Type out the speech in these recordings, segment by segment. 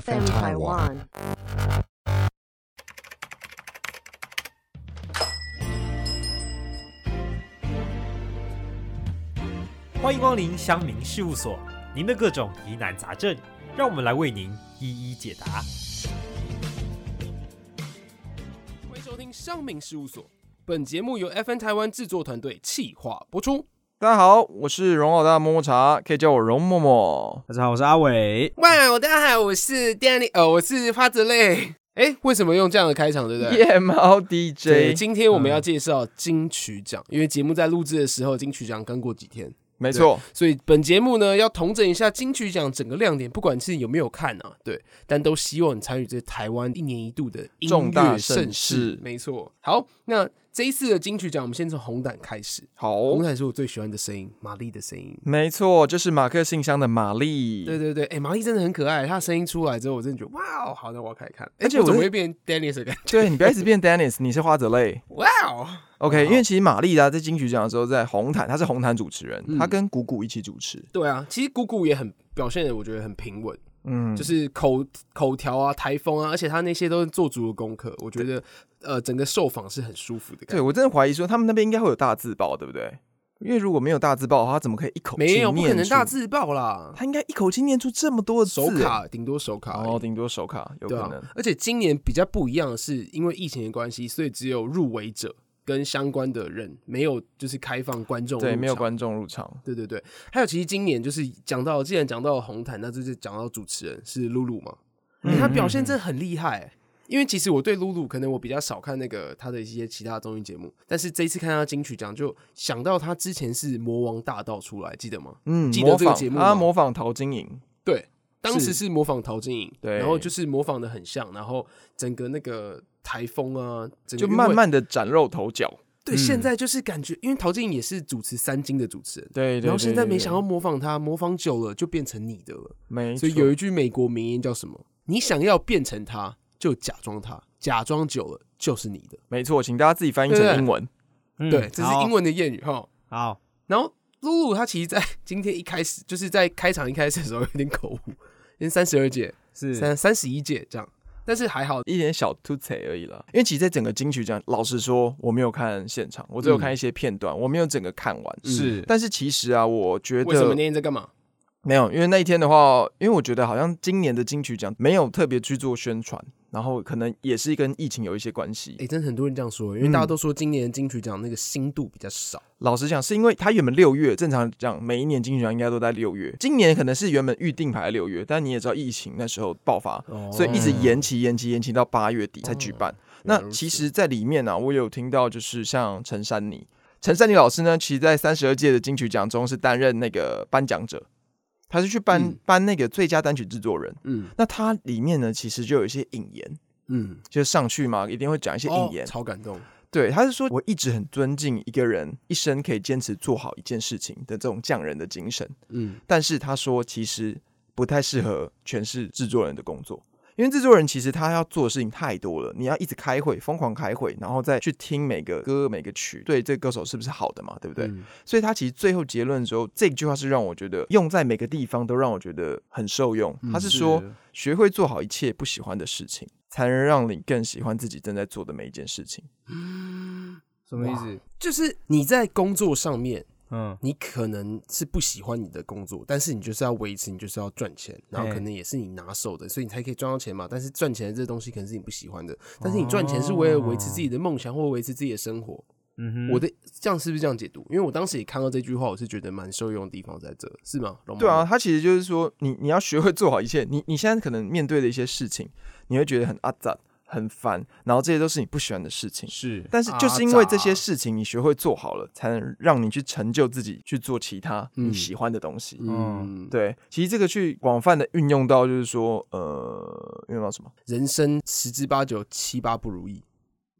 FM Taiwan. 欢迎光临乡民事务所，您的各种疑难杂症，让我们来为您一一解答。欢迎收听商民事务所，本节目由 FN 台湾制作团队企划播出。大家好，我是荣老大摸摸茶，可以叫我荣默默。大家好，我是阿伟。哇，大家好，我是 Danny，呃，我是花泽类。哎，为什么用这样的开场，对不对？夜猫对，嗯 DJ，今天我们要介绍金曲奖，因为节目在录制的时候，金曲奖刚过几天，没错，所以本节目呢要统整一下金曲奖整个亮点，不管是有没有看啊，对，但都希望你参与这台湾一年一度的音重乐大盛盛事事。没错。好，那这一次的金曲奖，我们先从红毯开始。好，红毯是我最喜欢的声音，哦玛丽的声音。没错，就是马克信箱的玛丽。对对对，哎、玛丽真的很可爱，她声音出来之后，我真的觉得哇哦，好，那我要开看。而而且且我我怎么是会变 Dennis 的感觉？对你不要一直变 Dennis，你是花泽 类。哇哦， OK，因为其实玛丽啊，在金曲奖的时候在红毯，她是红毯主持人，嗯她跟谷谷一起主持。对啊，其实姑姑也很表现的，我觉得很平稳，嗯就，是口口条啊、台风啊，而且她那些都是做足了功课，我觉得呃，整个受访是很舒服的感对觉。我真的怀疑说他们那边应该会有大字报，对不对？因为如果没有大字报的话，他怎么可以一口气没有，不可念能出大，字报啦，他应该一口气念出这么多的字手。卡顶多手卡而已。哦，顶多手卡有对可啊能。，而且今年比较不一样的是，因为疫情的关系，所以只有入围者跟相关的人没有就是开放观众对，入没有场观众入场。对对对，还有其实今年就是讲到，既然讲到红毯，那就是讲到主持人是露露嘛，嗯欸她表现真的很厉害欸、因为其实我对露露，可能我比较少看那个她的一些其他综艺节目，但是这一次看她金曲奖，就想到她之前是《魔王大道》出来，记得吗？嗯，记得模这个仿节目吗他模仿陶晶莹，对，当时是模仿陶晶莹，对然后就是模仿的很像，然后整个那个台风啊，整个就慢嗯韵味慢的崭露头角。对，现在就是感觉，因为陶晶莹也是主持三金的主持人，对然后现在没想到，模仿她，模仿久了就变成你的了。没所以错有一句美国名言叫什么？你想要变成他，就假装他，假装久了就是你的。没错，请大家自己翻译对对成英文。嗯对，这是英。文的谚语哈。好，好然后露露她其实，在 今天一开始就是在开场一开始的时候有点口误，因为三十二届、是三三十一届这样，但是还好。一点小突刺而已啦，因为其实，在整个金曲奖，老实说，我没有看现场，我只有看一些片段，我没有整个看完。是但是其实啊，我觉嗯为什么得那天在干嘛？没有，因为那一天的话，因为我觉得好像今年的金曲奖没有特别去做宣传，然后可能也是跟疫情有一些关系。哎、真的很多人这样说，因为大家都说今年金曲奖那个新度比较少。老实讲，是因为它原本六月正常讲，每一年金曲奖应该都在六月，今年可能是原本预定排在六月，但你也知道疫情那时候爆发，哦所以一直延期、延期、延期到八月底才举办。原来那如此其实，在里面呢、啊，我有听到就是像陈珊妮，陈珊妮老师呢，其实在三十二届的金曲奖中是担任那个颁奖者，他是去颁、嗯颁那个最佳单曲制作人。嗯那它里面呢，其实就有一些引言，嗯，就是上去嘛，一定会讲一些引言。哦超感动。对，他是说我一直很尊敬一个人一生可以坚持做好一件事情的这种匠人的精神，嗯，但是他说其实不太适合全是制作人的工作。因为制作人其实他要做的事情太多了，你要一直开会，疯狂开会，然后再去听每个歌、每个曲对这个歌手是不是好的嘛，对不对？嗯所以他其实最后结论的时候，这句话是让我觉得用在每个地方都让我觉得很受用。他是说，学会做好一切不喜欢的事情，才能让你更喜欢自己正在做的每一件事情。什么意思？就是你在工作上面，嗯，你可能是不喜欢你的工作，但是你就是要维持，你就是要赚钱，然后可能也是你拿手的，所以你才可以赚到钱嘛。但是赚钱的这东西可能是你不喜欢的，但是你赚钱是为了维持自己的梦想或维持自己的生活。嗯哼我的这样是不是这样解读？因为我当时也看到这句话，我是觉得蛮受用的地方在这，是吗？龙猫对啊，，他其实就是说，你你要学会做好一切。你你现在可能面对的一些事情，你会觉得很阿杂、很烦，然后这些都是你不喜欢的事情。是但是就是因为这些事情，你学会做好了，才能让你去成就自己，去做其他嗯你喜欢的东西。嗯，对，对，其实这个去广泛的运用到，就是说，呃，运用到什么？人生十之八九七八不如意，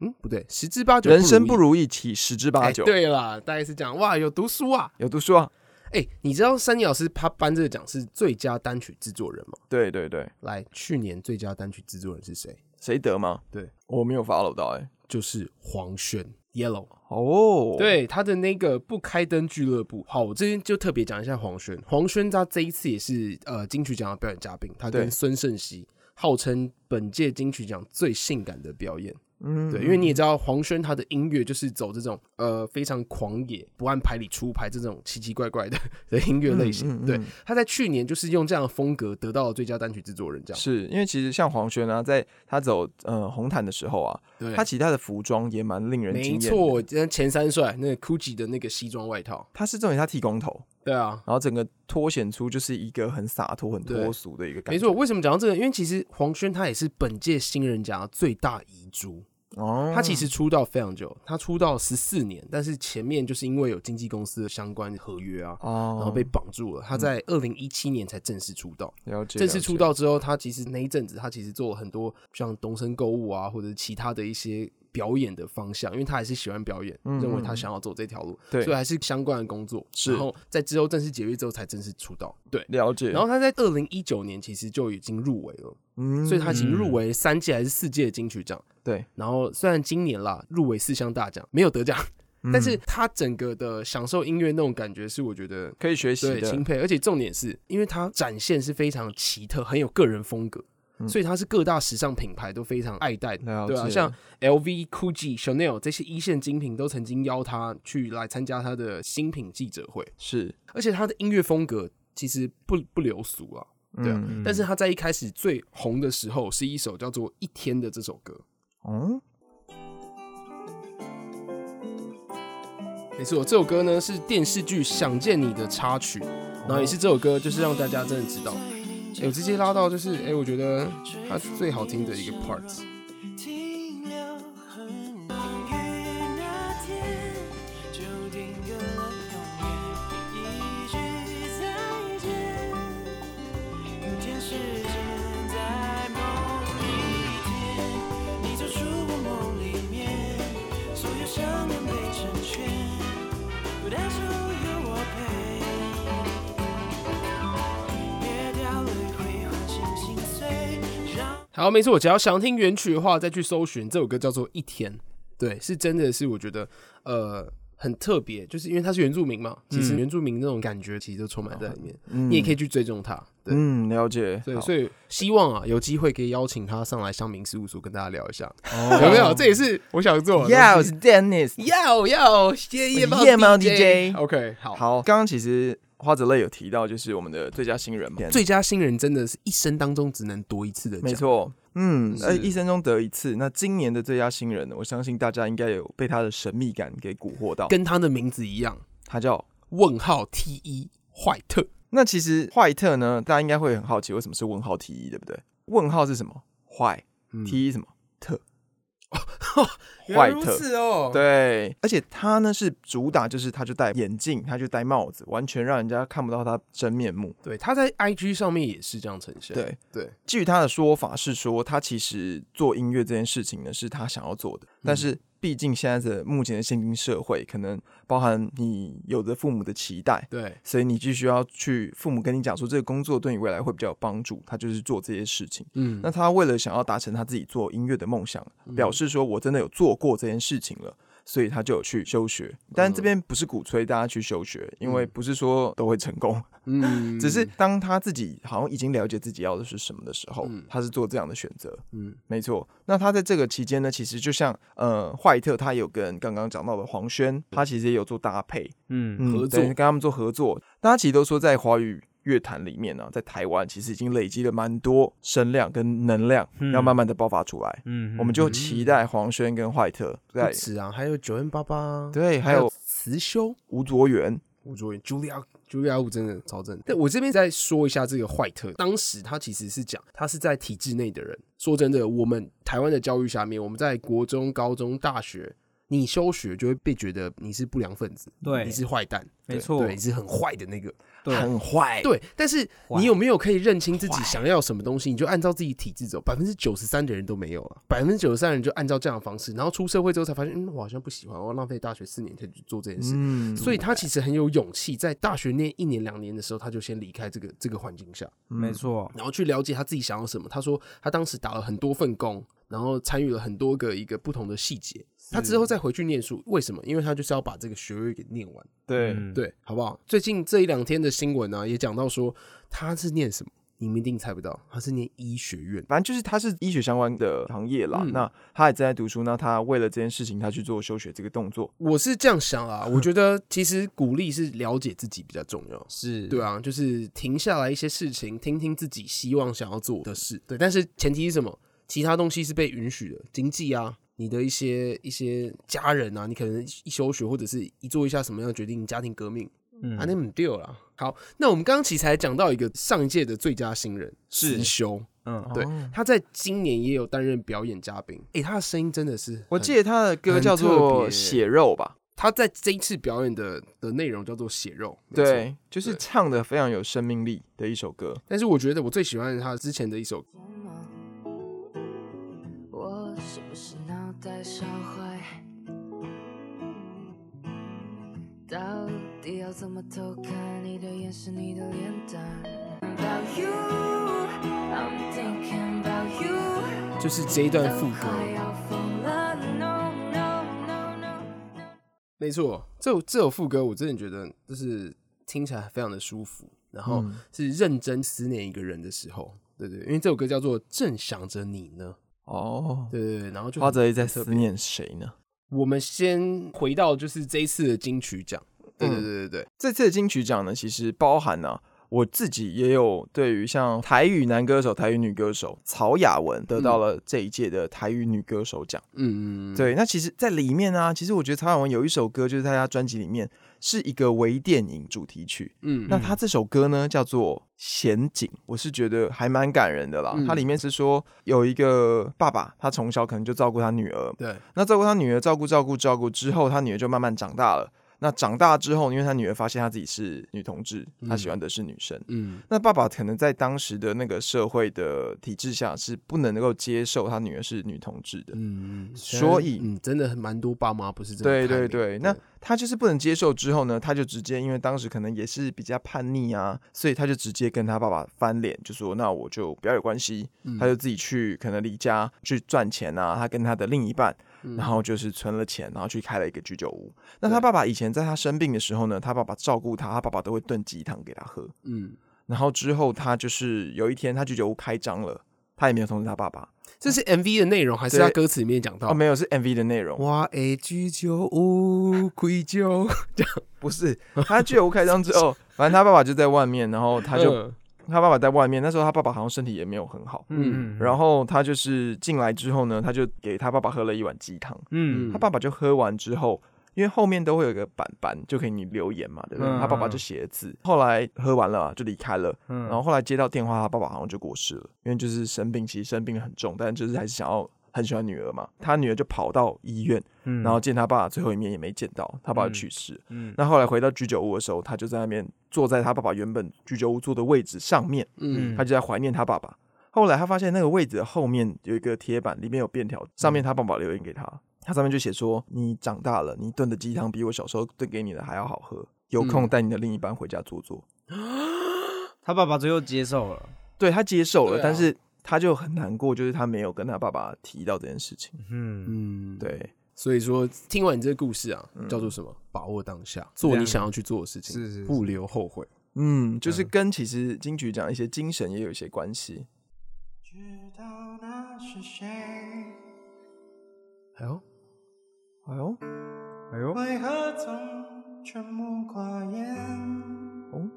嗯，不对，十之八九人生不意如意，岂十之八哎九？，对啦，大概是这样。哇，有读书啊！有读书啊。哎、你知道珊妮老师她颁这个奖是最佳单曲制作人吗？对对对，来，去年最佳单曲制作人是谁？谁得吗？对，我没有 follow 到哎、就是黄轩 Yellow，哦，，对他的那个不开灯俱乐部。好，我这边就特别讲一下黄轩。黄轩他这一次也是呃金曲奖的表演嘉宾，他跟对孙盛熙号称本届金曲奖最性感的表演。嗯对，因为你也知道黄轩他的音乐就是走这种呃非常狂野、不按牌理出牌这种奇奇怪怪的的音乐类型。嗯嗯嗯对，他在去年就是用这样的风格得到了最佳单曲制作人奖。是因为其实像黄轩啊，在他走呃红毯的时候啊，对他其实他的服装也蛮令人没惊艳的。错，前三帅那个 GUCCI 的那个西装外套。他是重点，他剃光头，对啊，然后整个脱显出就是一个很洒脱、很脱俗的一个感没觉。错。为什么讲到这个？因为其实黄轩他也是本届新人奖的最大遗珠。哦，他其实出道非常久，他出道十四年，但是前面就是因为有经纪公司的相关合约啊，哦，嗯然后被绑住了。他在二零一七年才正式出道。了解正式出，了道之后，他其实那一阵子，他其实做了很多像东升购物啊，或者是其他的一些表演的方向，因为他还是喜欢表演，嗯认为他想要走这条路，对所以还是相关的工作。是然后在之后正式解约之后才正式出道，对。解了解。然后他在二零一九年其实就已经入围了，嗯所以他已经入围三届还是四届的金曲奖。对，然后虽然今年啦入围四项大奖没有得奖，嗯但是他整个的享受音乐那种感觉是我觉得可以学习对，钦的，佩。而且重点是，因为它展现是非常奇特，很有个人风格，嗯所以它是各大时尚品牌都非常爱戴的。了对啊，解像 LV、GUCCI、Chanel 这些一线精品都曾经邀他去来参加他的新品记者会，是而且他的音乐风格其实不不流俗啊。对啊嗯但是他在一开始最红的时候，是一首叫做《一天》的这首歌。嗯没错，这首歌呢是电视剧《想见你》的插曲，然后也是这首歌，就是让大家真的知道。嗯哎、我直接拉到就是，哎、我觉得它最好听的一个 part。停留很远，相遇那天就定格了永远，第一句再见，明天时间在某一天，你走出我梦里面，所有想念被成全，孤单时候有我陪。别掉泪会唤醒心碎，让。好，没错，只要想听原曲的话，再去搜寻这首歌叫做《一天》，对，是真的是我觉得呃很特别，就是因为它是原住民嘛，其实原住民那种感觉其实都充满在里面，嗯你也可以去追踪它，对。嗯，了解。对，好所以希望啊，有机会可以邀请他上来乡民事务所跟大家聊一下，哦有没有？这也是我想做的东西。 Yeah，我是 Dennis。要要谢夜猫夜猫 DJ OK，好。好，刚刚其实花泽类有提到，就是我们的最佳新人嘛，最佳新人真的是一生当中只能夺一次的奖，没。错，嗯，是呃，一生中得一次。那今年的最佳新人，我相信大家应该有被他的神秘感给蛊惑到。跟他的名字一样，他叫问号 T 一坏特，那其实坏特呢，大家应该会很好奇，为什么是问号 T 一，对不对？问号是什么？坏嗯 T 一什么特？坏特。哦，对，而且他呢是主打，就是他就戴眼镜，他就戴帽子，完全让人家看不到他真面目。对，他在 IG 上面也是这样呈现，对，对，据他的说法是说，他其实做音乐这件事情呢是他想要做的，但是毕竟现在的目前的现今社会，可能包含你有着父母的期待，对，所以你必须要去父母跟你讲说这个工作对你未来会比较有帮助，他就是做这些事情。嗯那他为了想要达成他自己做音乐的梦想，表示说我真的有做过这件事情了。所以他就有去休学，但这边不是鼓吹大家去休学，因为不是说都会成功，嗯只是当他自己好像已经了解自己要的是什么的时候，他是做这样的选择。嗯嗯，没错。那他在这个期间呢，其实就像呃，坏特他有跟刚刚讲到的黄轩，他其实也有做搭配，嗯，嗯，合作对跟他们做合作。大家其实都说，在华语乐坛里面呢、啊在台湾其实已经累积了蛮多声量跟能量，嗯要慢慢的爆发出来。嗯我们就期待黄轩跟坏特不在止啊，还有九 N 八八，，对，还还有有辞修，吴卓源，吴卓源，Julia Julia Wu 真的超正。但我这边再说一下这个坏特，当时他其实是讲他是在体制内的人。说真的，我们台湾的教育下面，我们在国中、高中、大学，你休学就会被觉得你是不良分子，对你是坏蛋，没对错对，你是很坏的那个。对很坏，对，但是坏你有没有可以认清自己想要什么东西，你就按照自己体制走。百分之九十三的人都没有啊，百分之九十三人就按照这样的方式，然后出社会之后才发现，嗯，我好像不喜欢，我要浪费大学四年才去做这件事。嗯，所以他其实很有勇气，在大学那一年两年的时候，他就先离开这个这个环境下，没错，然后去了解他自己想要什么。他说他当时打了很多份工，然后参与了很多个一个不同的细节。他之后再回去念书，为什么？因为他就是要把这个学位给念完，对，嗯，啊对，好不好？最近这一两天的新闻呢、也讲到说他是念什么，你们一定猜不到，他是念医学院。反正就是他是医学相关的行业啦。嗯那他也正在读书，那他为了这件事情，他去做休学这个动作。我是这样想啊，我觉得其实鼓励是了解自己比较重要。是对啊，就是停下来一些事情，听听自己希望想要做的事。对，但是前提是什么？其他东西是被允许的，经济啊，你的一些一些家人啊，你可能一休学或者是一做一下什么样的决定，家庭革命，嗯啊，那唔对啦。好，那我们刚刚其实还讲到一个上一届的最佳新人是思修，嗯对，哦他在今年也有担任表演嘉宾。诶，他的声音真的是很，我记得他的歌很叫特做别《血肉》吧？他在这一次表演的的内容叫做血肉，没错对，就是对唱的非常有生命力的一首歌。但是我觉得我最喜欢他之前的一首怎么？我是不是脑袋烧坏？到底要怎么偷看你的眼神，你的脸蛋？About you, I'm thinking about you。就是这一段副都歌，快要疯了，No No No No。没错，这首这首副歌我真的觉得就是听起来非常的舒服，然后嗯是认真思念一个人的时候，对对，因为这首歌叫做《正想着你呢》，哦，对对对，然后就花泽类在特思别念谁呢？我们先回到就是这一次的金曲奖，对嗯对对对对，这次的金曲奖呢，其实包含呢、我自己也有对于像台语男歌手、台语女歌手曹雅雯得到了这一届的台语女歌手奖。嗯嗯，嗯，对，那其实，在里面呢、其实我觉得曹雅雯有一首歌，就是在她专辑里面是一个微电影主题曲。嗯，那她这首歌呢，叫做《险景》，我是觉得还蛮感人的啦。嗯它里面是说有一个爸爸，他从小可能就照顾他女儿，对，那照顾他女儿，照顾照顾照顾之后，他女儿就慢慢长大了。那长大之后，因为他女儿发现他自己是女同志，他喜欢的是女生。嗯那爸爸可能在当时的那个社会的体制下是不能够接受他女儿是女同志的。嗯，嗯所以嗯，真的很蛮多爸妈不是真的对太对明对，那他就是不能接受之后呢，他就直接因为当时可能也是比较叛逆啊，所以他就直接跟他爸爸翻脸，就说那我就不要有关系，嗯他就自己去可能离家去赚钱啊，他跟他的另一半，然后就是存了钱，然后去开了一个居酒屋。那他爸爸以前在他生病的时候呢，他爸爸照顾他，他爸爸都会炖鸡汤给他喝。嗯，然后之后他就是有一天他居酒屋开张了，他也没有通知他爸爸这是 MV 的内容还是他对歌词里面讲到哦，？没有是 MV 的内容，我的居酒屋愧疚，不是他居酒屋开张之 后，反正他爸爸就在外面，然后他就、嗯他爸爸在外面，那时候他爸爸好像身体也没有很好，嗯，然后他就是进来之后呢，他就给他爸爸喝了一碗鸡汤，嗯他爸爸就喝完之后。因为后面都会有一个板板，就可以你留言嘛，对不对？嗯他爸爸就写了字，后来喝完了啊就离开了，嗯然后后来接到电话，他爸爸好像就过世了，因为就是生病，其实生病很重，但就是还是想要很喜欢女儿嘛。他女儿就跑到医院，嗯然后见他爸最后一面也没见到，他爸就去世。嗯那后来回到居酒屋的时候，他就在那边坐在他爸爸原本居酒屋坐的位置上面，嗯他就在怀念他爸爸。后来他发现那个位置的后面有一个贴板，里面有便条，上嗯面他爸爸留言给他，他上面就写说：“你长大了，你炖的鸡汤比我小时候炖给你的还要好喝，有嗯空带你的另一半回家坐坐。他爸爸最后接受了，对他接受了，对啊但是他就很难过，就是他没有跟他爸爸提到这件事情。嗯，嗯，对，所以说听完你这个故事啊，叫做什么？把握当下，做你想要去做的事情，是是是不留后悔。嗯，就是跟其实金曲奖一些精神也有一些关系。知道那是谁？哎呦，哎呦，哎嗯呦，为何总沉默寡言？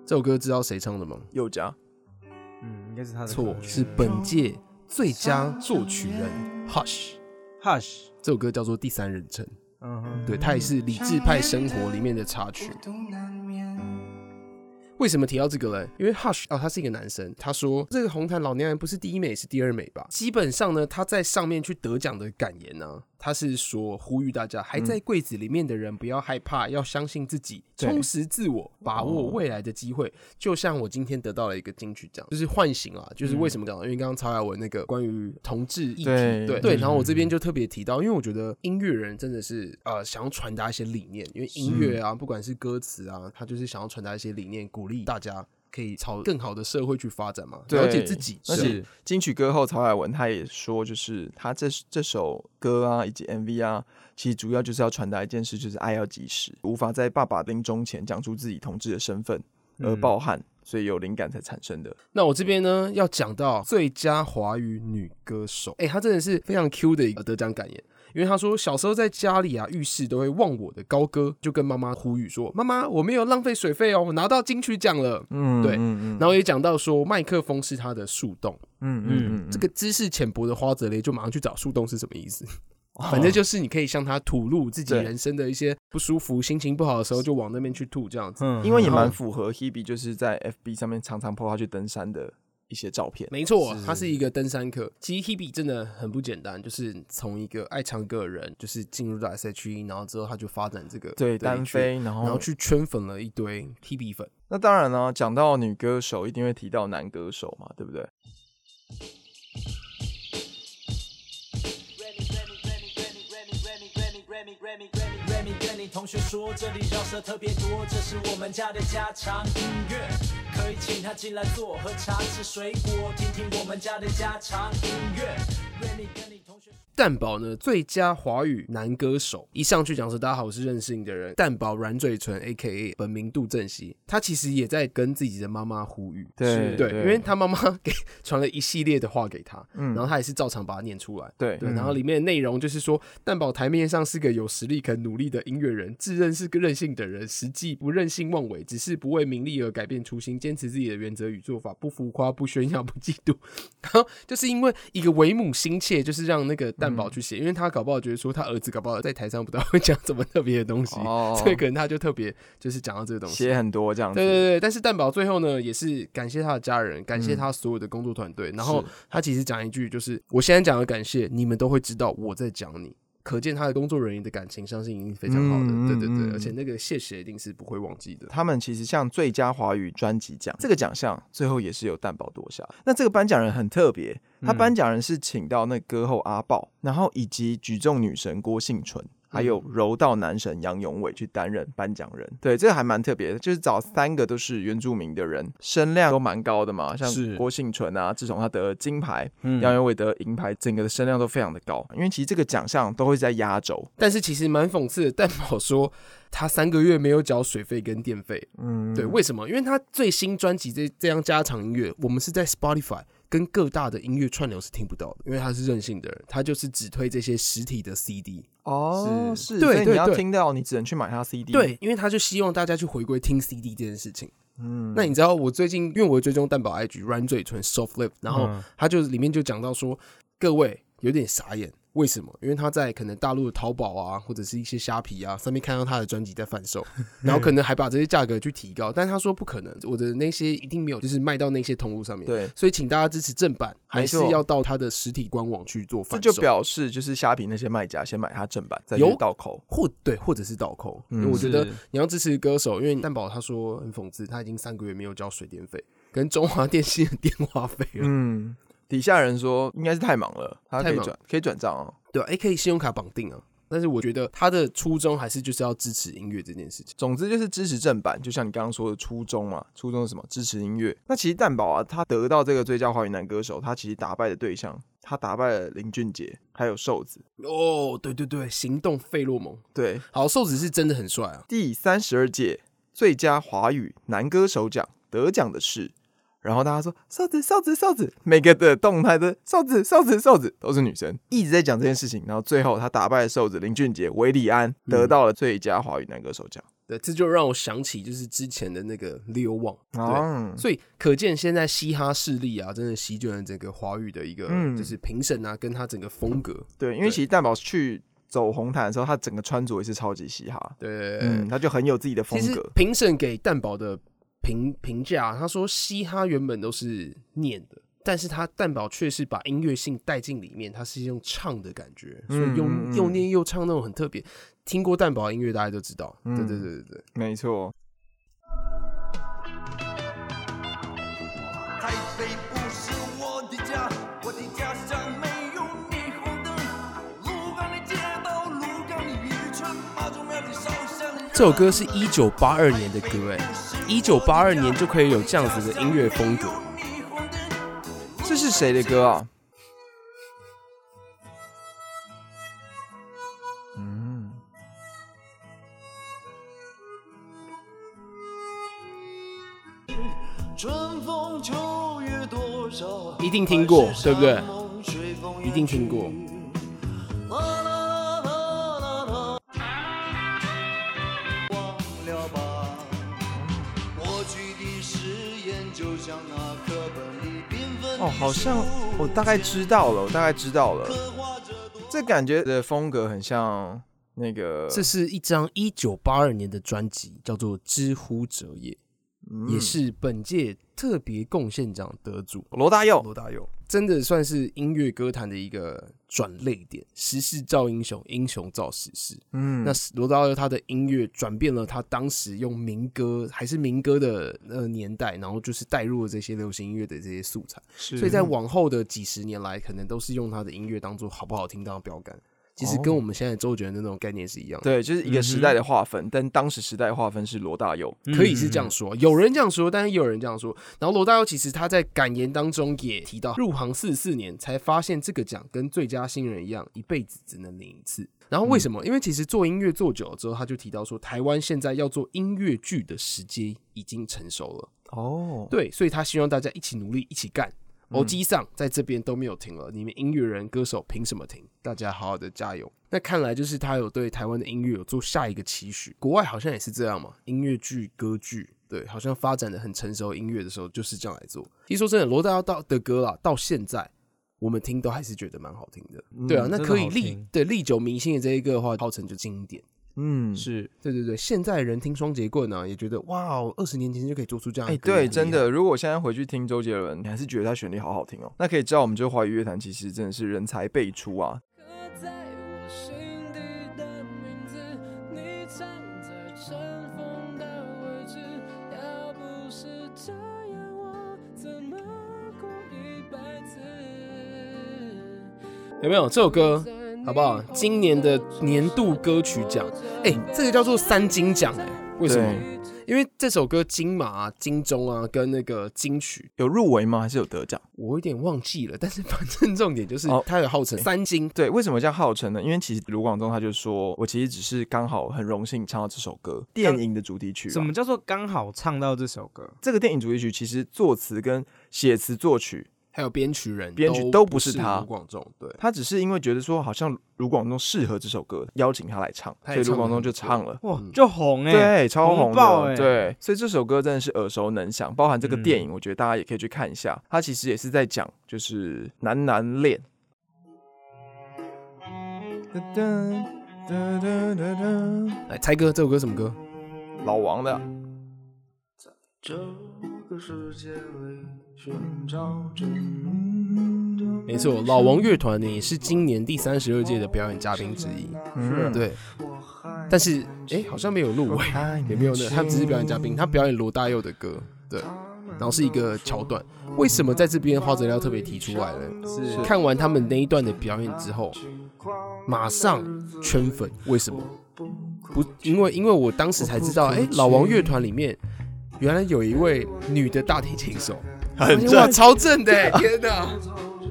这首歌知道谁唱的吗？佑嘉，嗯，应该是他的错，是本届最佳作曲人 Hush。 Hush，这首歌叫做《第三人称》，嗯哼，对，它也是《理智派生活》里面的插曲孤。独难眠。为什么提到这个嘞？因为 Hush 哦，他是一个男生，他说这个红毯老娘们不是第一美也是第二美吧？基本上呢，他在上面去得奖的感言呢、他是说呼吁大家还在柜子里面的人不要害怕，要相信自己，对充实自我，把握未来的机会。就像我今天得到了一个金曲奖，就是唤醒啊，就是嗯为什么讲到，因为刚刚曹雅文那个关于同志议题，对对对，然后我这边就特别提到，因为我觉得音乐人真的是呃想要传达一些理念，因为音乐啊，不管是歌词啊，他就是想要传达一些理念，鼓励大家可以朝更好的社会去发展嘛，对了解自己，而是且金曲歌后曹雅文他也说，就是他这这首歌啊，以及 MV 啊，其实主要就是要传达一件事，就是爱要及时，无法在爸爸临终前讲出自己同志的身份。而嗯爆汗，所以有灵感才产生的。那我这边呢要讲到最佳华语女歌手，哎、她真的是非常 Q 的一个得奖感言，因为她说小时候在家里啊浴室都会忘我的高歌，就跟妈妈呼吁说：“妈妈，我没有浪费水费哦，我拿到金曲奖了。”嗯对嗯然后也讲到说麦克风是她的树洞，嗯这个知识浅薄的花泽类就马上去找树洞是什么意思。反正就是你可以向他吐露自己对人生的一些不舒服、心情不好的时候，就往那边去吐这样子。嗯因为也蛮符合 Hebe 就是在 FB 上面常常 po 他去登山的一些照片。没错，他是一个登山客。其实 Hebe 真的很不简单，就是从一个爱唱歌的人，就是进入到 SHE，然后之后他就发展这个对，的一单区，飞，然后然后去圈粉了一堆 Hebe 粉。那当然了、讲到女歌手，一定会提到男歌手嘛，对不对？ Remy 跟你同学说，这里饶舌特别多，这是我们家的家常音乐。可以请他进来坐，喝茶吃水果，听听我们家的家常音乐。Remy 跟你同学。蛋宝呢，最佳华语男歌手，一上去讲说大家好，我是任性的人。蛋宝软嘴唇 A K A 本名杜振熙，他其实也在跟自己的妈妈呼吁，对是对，对因为他妈妈给传了一系列的话给他，嗯然后他也是照常把它念出来。对对，然后里面的内容就是说，蛋宝台面上是个有实力、肯努力的音乐人，自认是个任性的人，实际不任性妄为，只是不为名利而改变初心，坚持自己的原则与做法，不浮夸、不炫耀、不嫉妒。然后就是因为一个为母心切，就是让那个蛋宝去写，因为他搞不好觉得说他儿子搞不好在台上不知道会讲什么特别的东西，哦 所以可能他就特别就是讲到这个东西。写很多这样子。嗯对对对，但是蛋宝最后呢，也是感谢他的家人，感谢他所有的工作团队。然后他其实讲一句，就是我现在讲的感谢，你们都会知道我在讲你。可见他的工作人员的感情，相信已经非常好的。嗯嗯对对对，嗯而且那个谢谢一定是不会忘记的。他们其实像最佳华语专辑奖这个奖项，最后也是由蛋宝夺下。那这个颁奖人很特别，嗯他颁奖人是请到那歌后阿豹，然后以及举重女神郭幸淳。还有嗯柔道男神杨永伟去担任颁奖人，对，这个还蛮特别的，就是找三个都是原住民的人，声量都蛮高的嘛，像是郭幸淳啊，自从他得了金牌，嗯杨永伟得了银牌，整个的声量都非常的高，因为其实这个奖项都会在压轴，但是其实蛮讽刺的，蛋宝说他三个月没有缴水费跟电费，嗯，对，为什么？因为他最新专辑这这张加长音乐，我们是在 Spotify 跟各大的音乐串流是听不到的，因为他是任性的人，他就是只推这些实体的 CD。哦，是是，对所以对你要对听到，你只能去买他 CD，，对，因为他就希望大家去回归听 CD 这件事情。嗯那你知道我最近，因为我追踪蛋宝 IG 软嘴唇 soft lip，然后嗯他就里面就讲到说，各位有点傻眼，为什么？因为他在可能大陆的淘宝啊，或者是一些虾皮啊上面看到他的专辑在贩 售，然后可能还把这些价格去提高，但他说不可能，我的那些一定没有，就是卖到那些通路上面。对，所以请大家支持正版，还没是错要到他的实体官网去做这贩售。就表示就是虾皮那些卖家先买它正版，再有去倒扣。或对，或者是倒扣。因为嗯我觉得是你要支持歌手，因为蛋宝他说很讽刺，他已经三个月没有交水电费跟中华电信的电话费了。嗯，底下人说应该是太忙了，他可太以忙转可以转账哦。对、啊，也可以信用卡绑定啊。但是我觉得他的初衷还是就是要支持音乐这件事情。总之就是支持正版，就像你刚刚说的初衷嘛，初衷是什么？支持音乐。那其实蛋宝啊，他得到这个最佳华语男歌手，他其实打败的对象，他打败了林俊杰还有瘦子。哦，对对对，行动费洛蒙。对，好，瘦子是真的很帅啊。第三十二届最佳华语男歌手奖得奖的是，然后大家说瘦子瘦子瘦子，每个的动态都瘦子瘦子瘦子都是女生，一直在讲这件事情，然后最后他打败了瘦子林俊杰韦礼安，嗯得到了最佳华语男歌手奖。对，这就让我想起就是之前的那个溜旺。对，哦，所以可见现在嘻哈势力啊，真的席卷了整个华语的一个、嗯就是评审啊，跟他整个风格。对，因为其实蛋宝去走红毯的时候，他整个穿着也是超级嘻哈，对对对对嗯，他就很有自己的风其实格。评审给蛋宝的评评价，他说嘻哈原本都是念的，但是他蛋宝却是把音乐性带进里面，他是用唱的感觉，所以又嗯嗯嗯又念又唱那种很特别。听过蛋宝的音乐，大家都知道。对对嗯对对对，没错，台北不是我的家，我的家乡没有霓虹灯。鹿港的街道，鹿港的渔村，妈祖庙里烧香的人。这首歌是一九八二年的歌，哎，一九八二年就可以有这样子的音乐风格。这是谁的歌啊？嗯，一定听过，对不对？一定听过。哦，好像我大概知道了，我大概知道了。这感觉的风格很像那个，这是一张一九八二年的专辑，叫做《知乎者也》，嗯也是本届特别贡献奖得主。罗大佑。罗大佑真的算是音乐歌坛的一个转类点，时势造英雄，英雄造时势。嗯，那罗大佑他的音乐转变了他当时用民歌还是民歌的呃年代，然后就是带入了这些流行音乐的这些素材，所以在往后的几十年来，可能都是用他的音乐当做好不好听当标杆。其实跟我们现在周杰伦的那种概念是一样的，对，就是一个时代的划分，但当时时代的划分是罗大佑。可以是这样说，有人这样说，但是也有人这样说。然后罗大佑其实他在感言当中也提到，入行四十四年才发现这个奖跟最佳新人一样，一辈子只能领一次。然后为什么？因为其实做音乐做久了之后，他就提到说，台湾现在要做音乐剧的时机已经成熟了。哦，对，所以他希望大家一起努力，一起干。偶机上在这边都没有停了，你们音乐人、歌手凭什么停？大家好好的加油。那看来就是他有对台湾的音乐有做下一个期许，国外好像也是这样嘛，音乐剧、歌剧，对，好像发展的很成熟，音乐的时候就是这样来做。其实说真的，罗大佑到的歌啦，到现在我们听都还是觉得蛮好听的，对啊，那真的可以好历听对历久弥新的这一个的话，号称就经典。嗯，是对对对，现在人听双截棍啊，也觉得哇哦，二十年前就可以做出这样哎、的歌，啊对，很真厉害的，如果我现在回去听周杰伦，你还是觉得他旋律好好听哦。那可以知道，我们这个华语乐坛其实真的是人才辈出啊。刻在我心底的名字，你藏在尘封的位置。要不是这样，我怎么过一辈子？有没有这首歌？好不好？今年的年度歌曲奖，哎、这个叫做三金奖，哎，为什么？对因为这首歌金马、啊、金钟啊，跟那个金曲，有入围吗？还是有得奖？我有点忘记了，但是反正重点就是哦它有号称三金，对，为什么这样号称呢？因为其实卢广仲他就说，我其实只是刚好很荣幸唱到这首歌，电影的主题曲、啊。什么叫做刚好唱到这首歌？这个电影主题曲其实作词跟写词作曲，还有编曲人，编曲都都不是他卢广仲，对，他只是因为觉得说好像卢广仲适合这首歌，邀请他来唱，他所也以唱得卢广仲很就唱了。哇嗯，就红哎、对，超红红爆的，欸对，所以这首歌真的是耳熟能详。包含这个嗯电影，我觉得大家也可以去看一下。它其实也是在讲，就是男男恋。来猜歌，这首歌什么歌？老王的，啊这个世界里寻找着没错，老王乐团呢也是今年第三十二届的表演嘉宾之一，嗯，对，但是哎、好像没有入围。也没有那，他只是表演嘉宾，他表演罗大佑的歌，对，然后是一个桥段。为什么在这边花泽料特别提出来呢？是看完他们那一段的表演之后，马上圈粉。为什么？不，因为因为我当时才知道，哎、老王乐团里面原来有一位女的大提琴手，很哇，正。超正 的、天哪！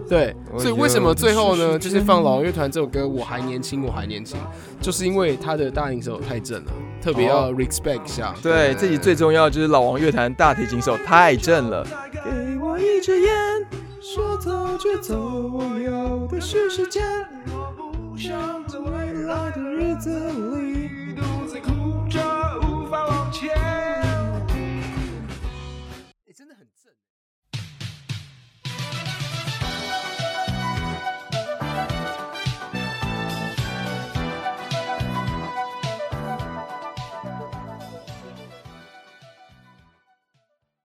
对，我所以为什么最后呢，就是放老王乐团这首歌《我还年轻，我还年轻》，就是因为他的大提琴手太正了，特别哦要 respect 一下。对，这集最重要的就是老王乐坛大提琴手太正了。给我一支烟，说走就走，我有的是时间。我不想在未来的日子里